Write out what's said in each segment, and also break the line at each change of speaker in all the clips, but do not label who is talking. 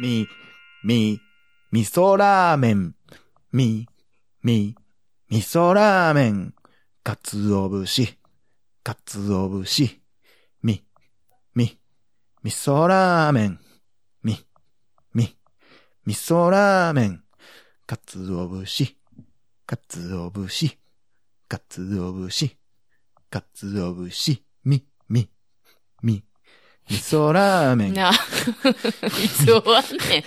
み、み、味噌ラーメン。み、み、味噌ラーメン。かつお節、かつお節。み、み、味噌ラーメン。み、み、味噌ラーメン。かつお節、かつお節。かつお節、かつお節。み、み、み、味噌ラーメン。
な、そうはね。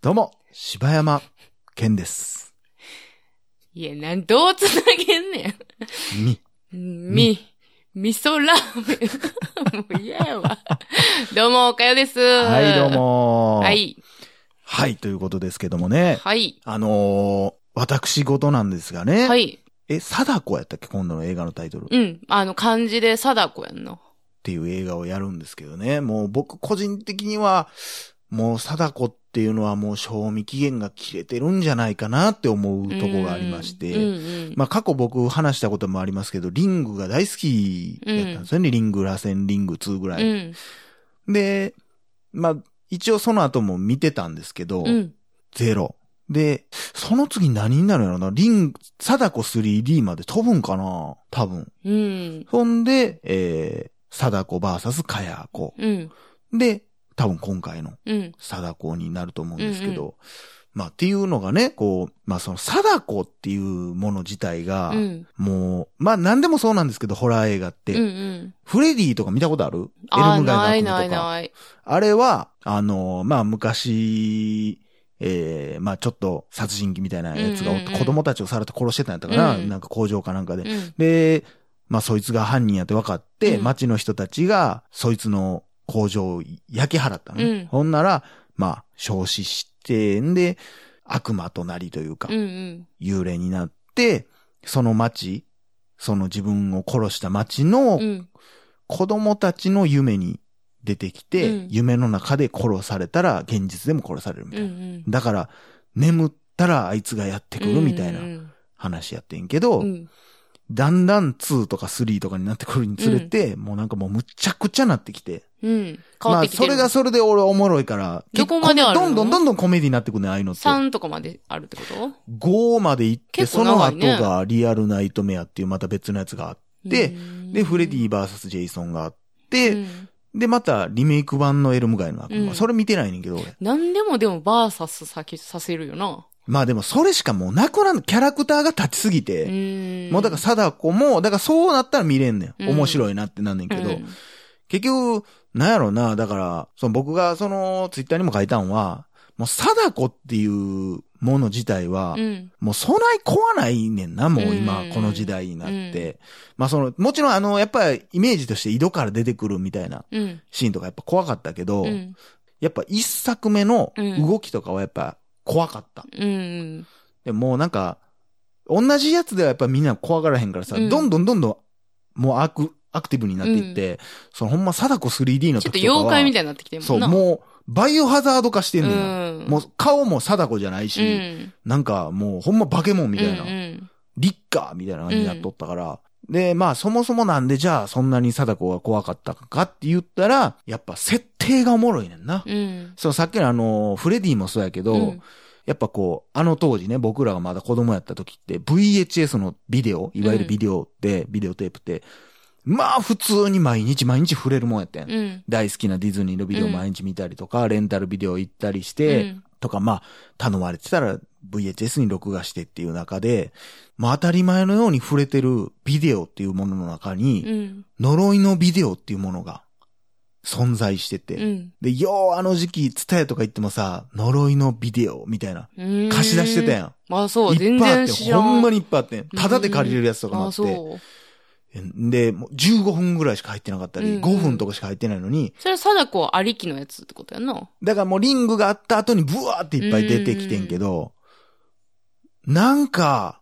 どうも、柴山健です。
いや、なん、どうつなげんね
み、
ん。み、味噌ラーメン。もう嫌やわ。どうも、おかよです。
はい、どう。も。
はい。
はい、ということですけどもね。
はい。
あのー、私事なんですがね。
はい。
え、貞子やったっけ今度の映画のタイトルっ
うん。あの、漢字で貞子やんな。
ていう映画をやるんですけどね。もう僕個人的には、もう貞子っていうのはもう賞味期限が切れてるんじゃないかなって思うとこがありまし
うん
て。
うん。
まあ過去僕話したこともありますけど、リングが大好きだったんですよね。リング、螺旋、リング2ぐら
う
い。
ん。
で、まあ一応その後も見てたんですけど、
うん。
ゼロ。で、その次何になるんやろなリン、貞子 3D まで飛ぶんかな多分。
うん。
そんで、えー、貞子 VS かや子。
うん。
で、多分今回の
うん。
貞子になると思うんですけど。
うん
まあっていうのがね、こう、まあその貞子っていうもの自体が、
うん。
もう、まあ何でもそうなんですけど、ホラー映画って。
うんうん。
フレディとか見たことあるエ
あ
ル
ー、
ム
な
街
い
の悪
な
夢
い
とか。
ない。
あれは、あの、まあ、昔、ええまあ、ちょっと殺人鬼みたいなやつがおって、
うんうんうん
子供たちをさらっと殺してたんやったかな、
うん
なんか工場かなんかで。
うん。
で、まあ、そいつが犯人やって分かって、
うん
町の人たちが、そいつの工場を焼き払ったのね。
うん
ほんなら、まあ、焼死して、んで、悪魔となりというか、
うんうん。
幽霊になって、その町、その自分を殺した町の
うん。
子供たちの夢に出てきて、
うん
夢の中で殺されたら現実でも殺されるみ
う
たいな。
ん。
だから、眠ったらあいつがやってくるみたいな
うん
話やってんけど、
うんうん。
だんだん2とか3とかになってくるにつれて、もうなんかもうむちゃくちゃなってきて。
うん。変
ま
わっ
あ、
てきて
そ
る。
れがそれで俺おもろいから、
どこまであるの
どんどんどんどんコメディになってくるね、ああいうのって。
3とかまであるってこと
5まで行って、
結
そ
構
の
長い
後
ね
がリアルナイトメアっていうまた別のやつがあって、で、フレディ
っ
VS ジェイソンがあって、で、またリメイク版のエルム街の悪魔、
うん
それ見てないねんけど、俺。
何でもでもバーサスさきさせるよな。
まあでもそれしかもうなくなる、キャラクターが立ちすぎて、も
も
うだから貞子も、だからそうなったら見れんねん。
うん
面白いなってなんねんけど、結局、なんやろな、だから、その僕がそのツイッターにも書いたんは、もう貞子っていうもの自体は、
うん。
もう備え壊ないねんな、もう今
うん、
この時代になって。まあその、もちろんあの、やっぱりイメージとして井戸から出てくるみたいな
うん。
シーンとかやっぱ怖かったけど、
うん。
やっぱ一作目の
うん
動きとかはやっぱ怖かった。
うん。
でもうなんか、同じやつではやっぱみんな怖がらへんからさ、
うん
どんどんどんどんもうアク、アクティブになっていって、そのほんま貞子 3D の
ちょっ
時
と
とかは
妖怪みたいになってきてる
そう、
もんな。
もうバイオハザード化してんねんな。
うん。
もう顔も貞子じゃないうし、
ん、
なんかもうほんま化け物みたいな、
うんうん。
リッカーみたいな感じになっとったから、で、まあそもそもなんでじゃあそんなに貞子が怖かったかって言ったら、やっぱ設定がおもろいねんな。
うん。
そう、さっきのあの、フレディもそうやけど、
うん
やっぱこう、あの当時ね、僕らがまだ子供やった時って、VHS のビデオ、いわゆるビデオって、ビデオテープって、まあ普通に毎日毎日触れるもんやったやん。
うん。
大好きなディズニーのビデオ毎日見たりとか、レンタルビデオ行ったりし
う
て、
ん
とか、まあ、頼まれてたら VHS に録画してっていう中で、まあ当たり前のように触れてるビデオっていうものの中に、
うん。
呪いのビデオっていうものが存在してて、
うん。
で、ようあの時期、ツタヤとか行ってもさ、呪いのビデオみたいな、
うん
貸し出してたやん。
あ、そう、
い
全
っぱいあ
然
って、
知らん。
ほんま
に
にいっぱいあってん。ただで借りれるやつとかもあ
あ、
って。
そう。
で、もう15分ぐらいしか入ってなかったり、
うん
5分とかしか入ってないのに、
それは貞子ありきのやつってことやんな。
だからもうリングがあった後にブワーっていっぱい出てきてんけど、なんか、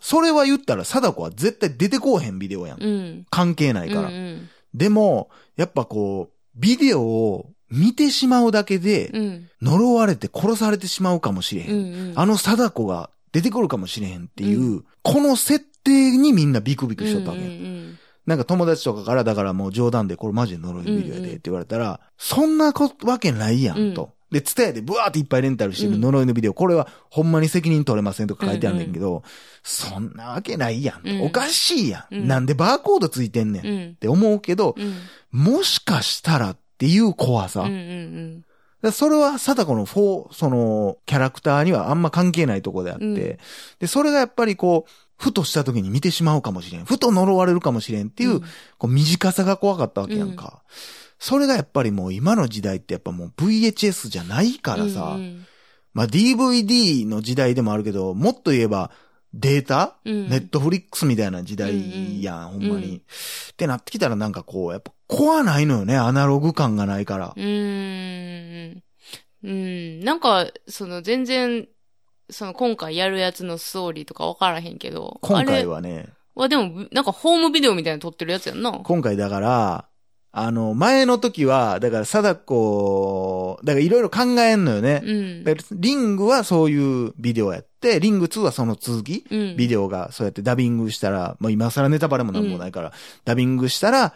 それは言ったら、貞子は絶対出てこうへんビデオやん。
うん。
関係ないから。
うんうん。
でも、やっぱこう、ビデオを見てしまうだけで、
うん。
呪われて殺されてしまうかもしれへん
う。ん。
あの貞子が出てくるかもしれへんっていう、この設定にみんなビクビクしとったわけや、
うんうん
なんか友達とかから、だからもう冗談で、これマジで呪いのビデオやでって言われたら、そんなこわけないやんと。で、ツタヤでブワーっていっぱいレンタルしてる
うん
呪いのビデオ、これはほんまに責任取れませんとか書いてあるんだけど、そんなわけないやんと、
うん
おかしいやん,、
うん
なんでバーコードついてんねんっ
うん。
て思うけど、
うん。
もしかしたらっていう怖さ。
うん。う
だか
ん。
らそれは貞子のフォー、その、キャラクターにはあんま関係ないとこであって、
うん
で、それがやっぱりこう、ふとした時に見てしまうかもしれん。ふと呪われるかもしれんっていう、
ん
こう短さが怖かったわけやんか。それがやっぱりもう今の時代ってやっぱもう VHS じゃないからさ、
うん
まあ DVD の時代でもあるけど、もっと言えばデータ、
うん、
ネットフリックスみたいな時代やん、ほんまに、ってなってきたらなんかこう、やっぱ怖ないのよね、アナログ感がないから。
うーん。うん。なんか、その全然、その今回やるやつのストーリーとかわからへんけど。
今
あ
回
れは。
はね、
でも、なんかホームビデオみたいなの撮ってるやつやんな。
今回だから、あの、前の時は、だから貞子、だからいろいろ考えんのよね。
うん。
だからリングはそういうビデオやって、リング2はその続き、
うん。
ビデオがそうやってダビングしたら、まあ今更ネタバレもなんもないから、ダビングしたら、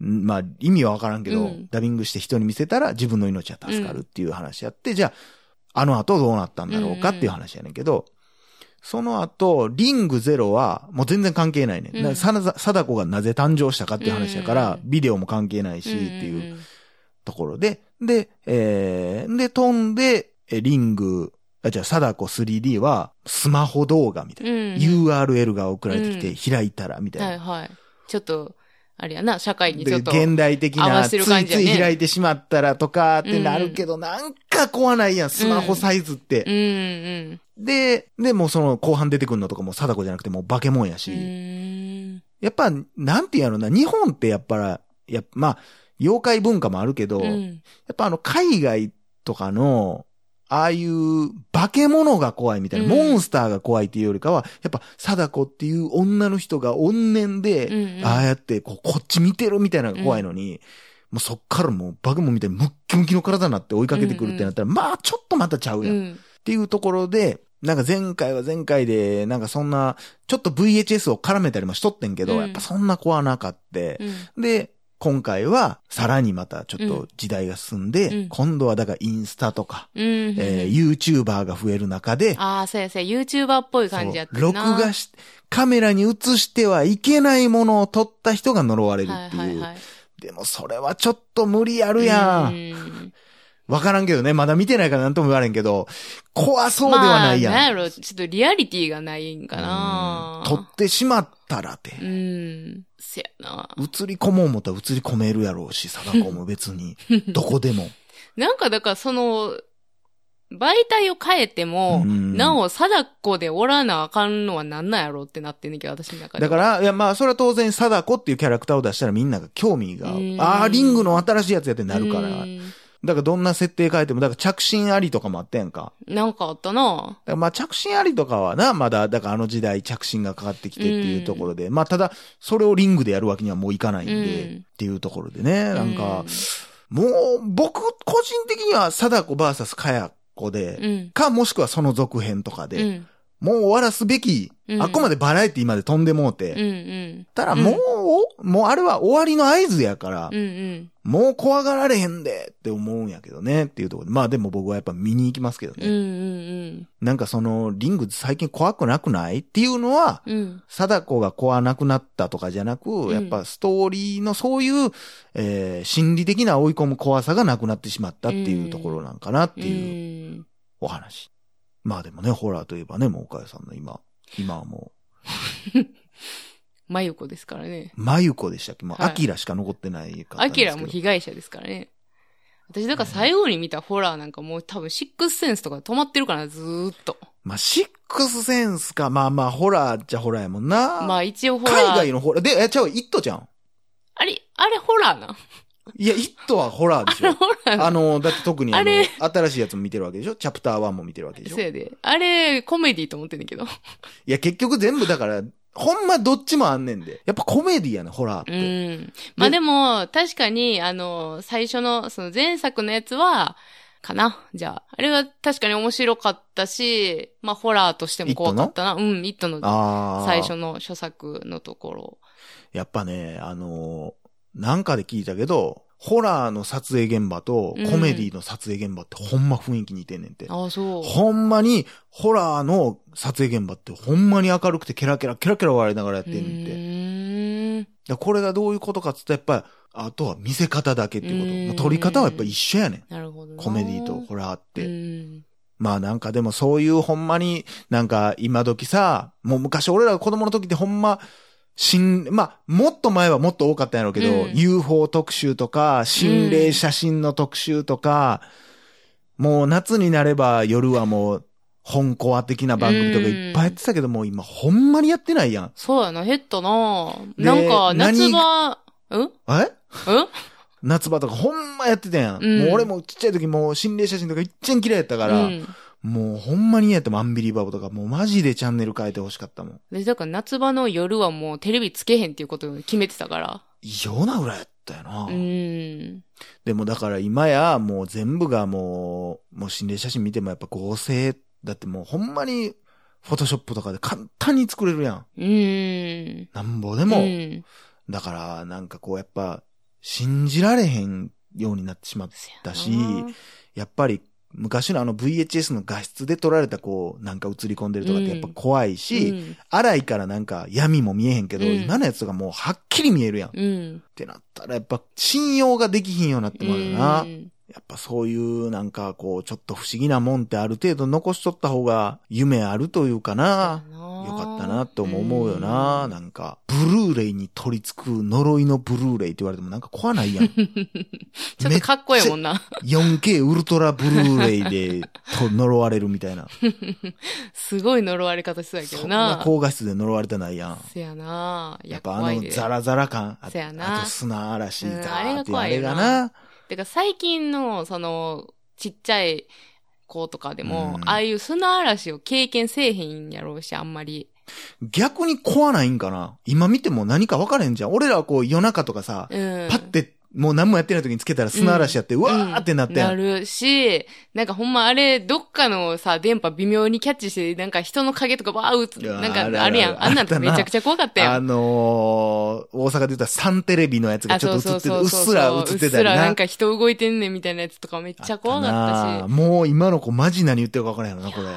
んまあ意味はわからんけど、
うん
ダビングして人に見せたら自分の命は助かるっていう話やって、じゃあ、あの後どうなったんだろうかっていう話やねんけど、その後、リングゼロはもう全然関係ないねん。
うん
なさな貞子がなぜ誕生したかっていう話やから、
うん
ビデオも関係ないしっていう。
んんん
ところで、で、えー、で、飛んで、えリング、あ、じゃあ、貞子 3D は、スマホ動画みたいな。
うん。
URL が送られてき
う
て、開いたら、みたいな。
はいはい。ちょっと、あれやな、社会にち
で、
ょっと。
現代的
合
な、
わ
つ
せ
い
る
つ
感じやね
い開いてしまったらとかってなるけど、なんか怖ないやん、スマホサイズって。
うんうん。
で、で、もうその後半出てくるのとかも貞子じゃなくてもう化け物や
う
し、
ーん。
やっぱ、なんて言うんやろな、日本ってやっぱ、やっぱまあ、妖怪文化もあるけど、
うん
やっぱあの海外とかの、ああいう化け物が怖いみたいな、
うん
モンスターが怖いっていうよりかは、やっぱ貞子っていう女の人が怨念
う
で、
んうん。
ああやってこうこっち見てるみたいなのが怖いのに、もうそっからもう化け物みたいにムッキムキの体になって追いかけてくるってなったら、まあちょっとまたちゃう
う
やん。っ
ん。
ていうところで、なんか前回は前回で、なんかそんな、ちょっと VHS を絡めたりもしとってんけど、
うん
やっぱそんな怖なかって、
うん
で、今回は、さらにまたちょっ
う
と時代が進んで、
うん
今度はだからインスタとか、
うん。うん
えー、YouTuber が増える中で、
ああ、そうやそうや、YouTuber っぽい感じやったな。
録画し、カメラに映してはいけないものを撮った人が呪われるっていう。
はいはいはい。
でもそれはちょっと無理あるや。
うんん。
わからんけどね、まだ見てないからなんとも言われんけど、怖そうではないやん。
まあ、なんやろ、ちょっとリアリティがないんかな。
うん撮ってしまったらて。
うん。せやな。
映り込もう思ったら映り込めるやろうし、貞子も別 に、どこでも。
なんかだからその、媒体を変えても、
うん
なお、貞子でおらなあかんのはなんなんやろってなってんねんけど、私の中で
だ
は。
から、いや、まあ、それは当然、貞子っていうキャラクターを出したらみんなが興味が
うん、
ああ、リングの新しいやつやってなるから。
う
だか
ん
ら、どんな設定変えても、だから着信ありとかもあったやんか。
なんかあったな
だからまあ、着信ありとかはな、まだ、だからあの時代着信がかかってきてっていうところで、まあ、ただ、それをリングでやるわけにはもういかないんで、
うん
っていうところでね、なんか、
う
もう、僕、個人的には、貞子 VS かや子で、
ん。
か、もしくはその続編とか
うん。
で、
うん。
もう終わらすべき、
うん
あっこまでバラエティまで飛んでもうて、
うん。うん。
たらもう、もうあれは終わりの合図やから、
うんうん。
もう怖がられへんでって思うんやけどねっていうところで。まあでも僕はやっぱ見に行きますけど
うんう
ね。
ん
なんかその、リング最近怖くなくないっていうのは、
うん。うん。
貞子が怖なくなったとかじゃなく、
ん
やっぱストーリーのそういう、えー心理的な追い込む怖さがなくなってしまったっていうところなんかなっていう
うん。
お話。まあでもね、ホラーといえばね、もう岡谷さんの今、今はも
まゆこですからね。
う、まゆこでしたっけもう、
はい
アキラしか残ってない方で
ア
す
キ
けど。
ラも被害者ですからね。私、だから最後に見たホラーなんかもう多分シックスセンスとかで止まってるからな、ずーっと。
まあ、シックスセンスか。まあまあ、ホラーっちゃホラーやもんな。
まあ一応ホラー。
海外のホラー。で、え、ちゃう、イットじゃん。
あれ、あれホラーな。
いや、イットはホラーでしょ。
ホラーな。
あの、だって特にあ
あ
の
れ、
新しいやつも見てるわけでしょチャプター1も見てるわけでしょ
そうやで。あれ、コメディと思ってんだけど。
いや、結局全部だから、ほんまどっちもあんねんで。やっぱコメディやな、ホラーっ
う
て。
ん。まあでも、確かに、あの、最初の、その前作のやつは、かな。じゃあ、あれは確かに面白かったし、まあホラーとしても怖かったな。うん、イットの
ああ。
最初の初作のところ。
やっぱね、あのーなんかで聞いたけど、ホラーの撮影現場と
うん
コメディの撮影現場ってほんま雰囲気似てんねんて。
ああ、そう。
ほんまに、ホラーの撮影現場ってほんまに明るくてケラケラ、ケラケラ笑いながらやってんねんて。
う
だから
ーん
これがどういうことかっつったらやっぱり、あとは見せ方だけっていうこと。
うん
もう撮り方はやっぱ一緒やねん。
なるほどな。
コメディとホラーって。
うん。
まあなんかでもそういうほんまになんか今時さ、もう昔俺らが子供の時ってほんま、心、まあもっと前はもっと多かったんやろうけど、
うん
UFO 特集とか、心霊写真の特集とか、もう夏になれば夜はもう本コア的な番組とかいっぱいやってたけど、もう今ほんまにやってないやん。
そうやな、減ったな。
で
なんか、夏場、うんうん
え夏場とかほんまやってたやん。
うん
もう俺もちっちゃい時もう心霊写真とかいっちゃん嫌いやったか、
からうん
もうほんまに嫌やったもんアンビリバボーとか、もうマジでチャンネル変えてほしかったもん。
で、だから夏場の夜はもうテレビつけへんっていうことを決めてたから。
異様な裏やったよな。
うん。
でもだから今やもう全部がもう、もう心霊写真見てもやっぱ合成、だってもうほんまに、フォトショップとかで簡単に作れるやん。
うん。
なんぼで
で
も。
うん、
だからなんかこうやっぱ、信じられへんようになってしまう。だしやっぱり昔のあの VHS の画質で撮られたこう、なんか映り込んでるとかってやっぱ怖いし、
うん、
荒いからなんか闇も見えへんけど、
うん
今のやつがもうはっきり見えるやん。っ
うん。
てなったらやっぱ信用ができひんようになってもらうよな。
うん
やっぱそういうなんかこう、ちょっと不思議なもんってある程度残しとった方が夢あるというかな。よかったなとも思うよな。。なんか、ブルーレイに取り付く呪いのブルーレイって言われてもなんか怖ないやん。
うん ちょっとかっこええもんな。
4K ウルトラブルーレイでと呪われるみたい な。
すごい呪われ方してたけ
そ
ど
んな
な。
高画質で呪われてないやん。
せやな。い
や
や
っぱあ
怖い
の
で。
ザラザラ感。あ
そや
あ
な
と砂嵐
うん
ザーっていう
あ
あ
れ
れ
が
が
怖いよな
な。
てか最近の、その、ちっちゃい子とかでも、
うん
ああいう砂嵐を経験せえへんやろうし、あんまり。
逆に怖ないんかな。今見ても何か分からへんじゃん。俺らはこう夜中とかさ、
うん。
パッて、もう何もやってない時につけたら砂嵐やって、うわーってなって、
なるし、なんかほんまあれ、どっかのさ、電波微妙にキャッチして、なんか人の影とかバー打つ、
いやー
なん
あるある
かあるやん。あんなんとかめちゃくちゃ怖かったや
あ
ん。
のー、大阪で言ったらサンテレビのやつが
あ、
ちょ
そう
っと
そ
映
う
ってる。うっ
そうそう。
すら映ってた
うっす
り
ら
な。
なんか人動いてんねんみたいなやつとかめっちゃ怖か
あ
った
な
し。
もう今の子マジ何言ってるか分からへんよな、これ。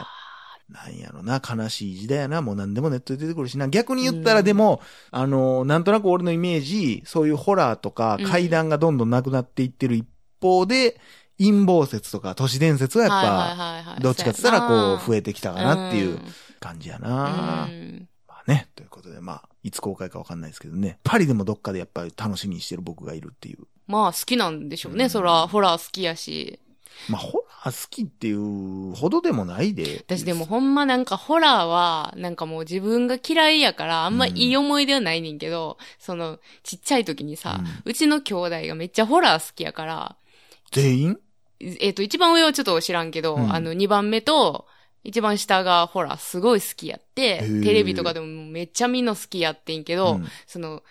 なんやろな、悲しい時代やな、もう何でもネットで出てくるしな。逆に言った
う
ら
ん
でも、あのー、なんとなく俺のイメージ、そういうホラーとか
うん
怪談がどんどんなくなっていってる一方で、陰謀説とか都市伝説はやっ
はい
ぱ、
はいはいはい
どっちかって言ったらこう増
え
えてきたかなっていう感じやな。まあね、ということで、まあ、いつ公開かわかんないですけどね、パリでもどっかでやっぱり楽しみにしてる僕がいるっていう。
まあ好きなんでしょうね、
うん
そら。ホラー好きやし。
まあ、ホラー好きっていうほどでもないで。
私でも、ほんまなんかホラーは、なんかもう自分が嫌いやから、あんまいい思い出はないねんけど、その、ちっちゃい時にさ、うちの兄弟がめっちゃホラー好きやから、
全員
えっ、と、一番上はちょっと知らんけど、
うん
あの、二番目と、一番下がホラーすごい好きやって
へー、
テレビとかでもめっちゃみんな好きやってんけ
う
ど、
ん
その、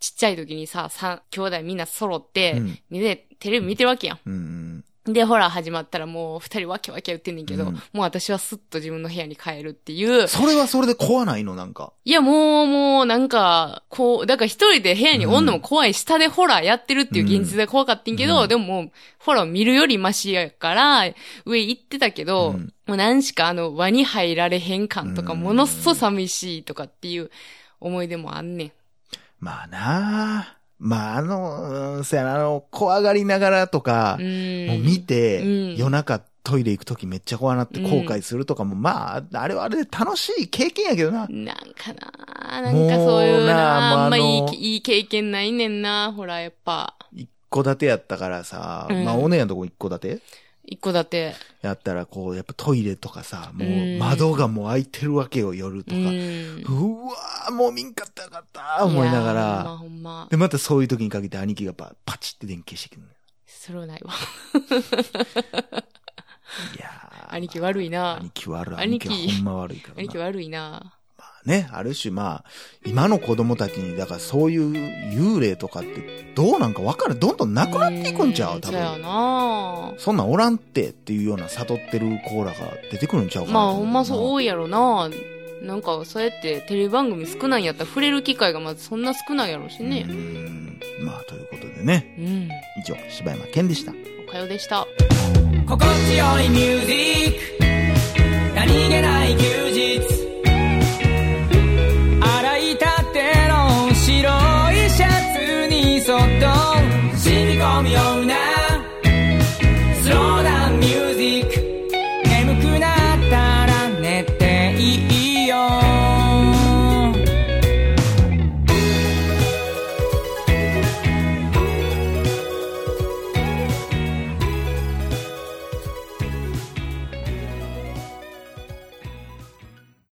ちっちゃい時にさ、三、兄弟みんな揃って、
うん
みんなでテレビ見てるわけやん。
うん。
で、ホラー始まったらもう二人わけわけ言ってんねんけど、
うん
もう私はスッと自分の部屋に帰るっていう。
それはそれで怖ないのなんか。
いや、もう、もう、なんか、こう、だから一人で部屋におんのも怖い、下でホラーやってるっていう現実が怖かったんけど、
うん
でももう、ホラー見るよりマシやから、上行ってたけど、
うん
もう何しかあの、輪に入られへん感とか、
うん
ものすごい寂しいとかっていう思い出もあんねん。
まあなあまああの、うん、そやな、あの、怖がりながらとか、
うん。
もう見て、
うん
夜中トイレ行くときめっちゃ怖なって後悔するとかも、まあ、あれはあれで楽しい経験やけどな。
なんかななんかそうい
も
うな
うな
あんまい
もうあの
い、いい経験ないねんなほら、やっぱ。
一戸建てやったからさ、
うん
まあお姉やんとこ一戸建て
一個だって。
やったら、こう、やっぱトイレとかさ、も
う
うん窓がもう開いてるわけよ、夜と
う
か。う
ん。
わーもう見んかったらよかった、思いなが
やーほんま
ら。
ほんま
で、。またそういう時にかけて兄貴がパパチって電気消してくるのよ
それはないわ。
いやー
兄貴悪いな
兄貴悪い。兄
兄貴
貴はほんま悪いからな。
兄貴悪いな
まあね、ある種まあ、今の子供たちに、だからそういう幽霊とかってどうなんかわかる。どんどんなくなっていくんちゃう
う
多
そや
分。
な
そんなんおらんってっていうような悟ってるコーラが出てくるんちゃうかな
まあ
と思
ほんまそう
う
多いやろななんか、そうやってテレビ番組少ないんやったら触れる機会がまずそんな少ないやろうし
う
ね。
んまあ、ということでね。
うん。
以上、柴山健でした。
おかよでした。
心地よいミュージック何気ない休日